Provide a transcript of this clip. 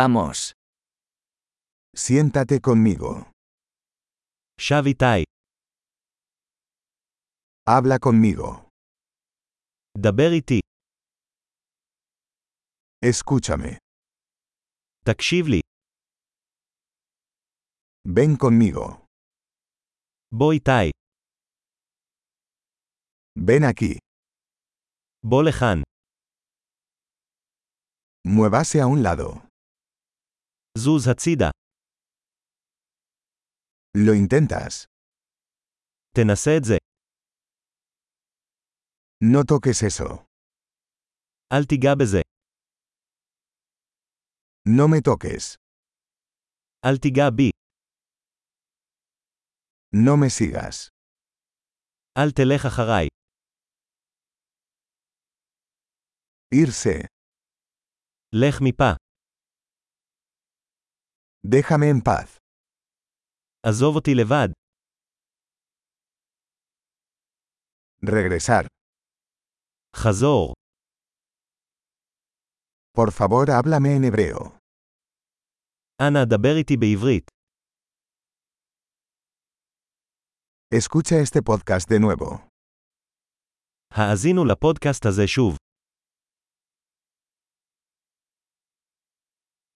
Vamos. Siéntate conmigo. שב איתי, Habla conmigo. דבר איתי, Escúchame. תקשיב לי, Ven conmigo. בוא איתי, Ven aquí. בוא לכאן, Muévase a un lado. זוז הצידה, Lo intentas. תנסה את זה, No toques eso. אל תיגע בזה, No me toques. אל תיגע בי, No me sigas. אל תלך אחריי, Irse. לך מפה, Déjame en paz. עזוב אותי לבד, Regresar. חזור, Por favor, háblame en hebreo. אנא דבר איתי בעברית, Escucha este podcast de nuevo. האזינו לפודקאסט הזה שוב.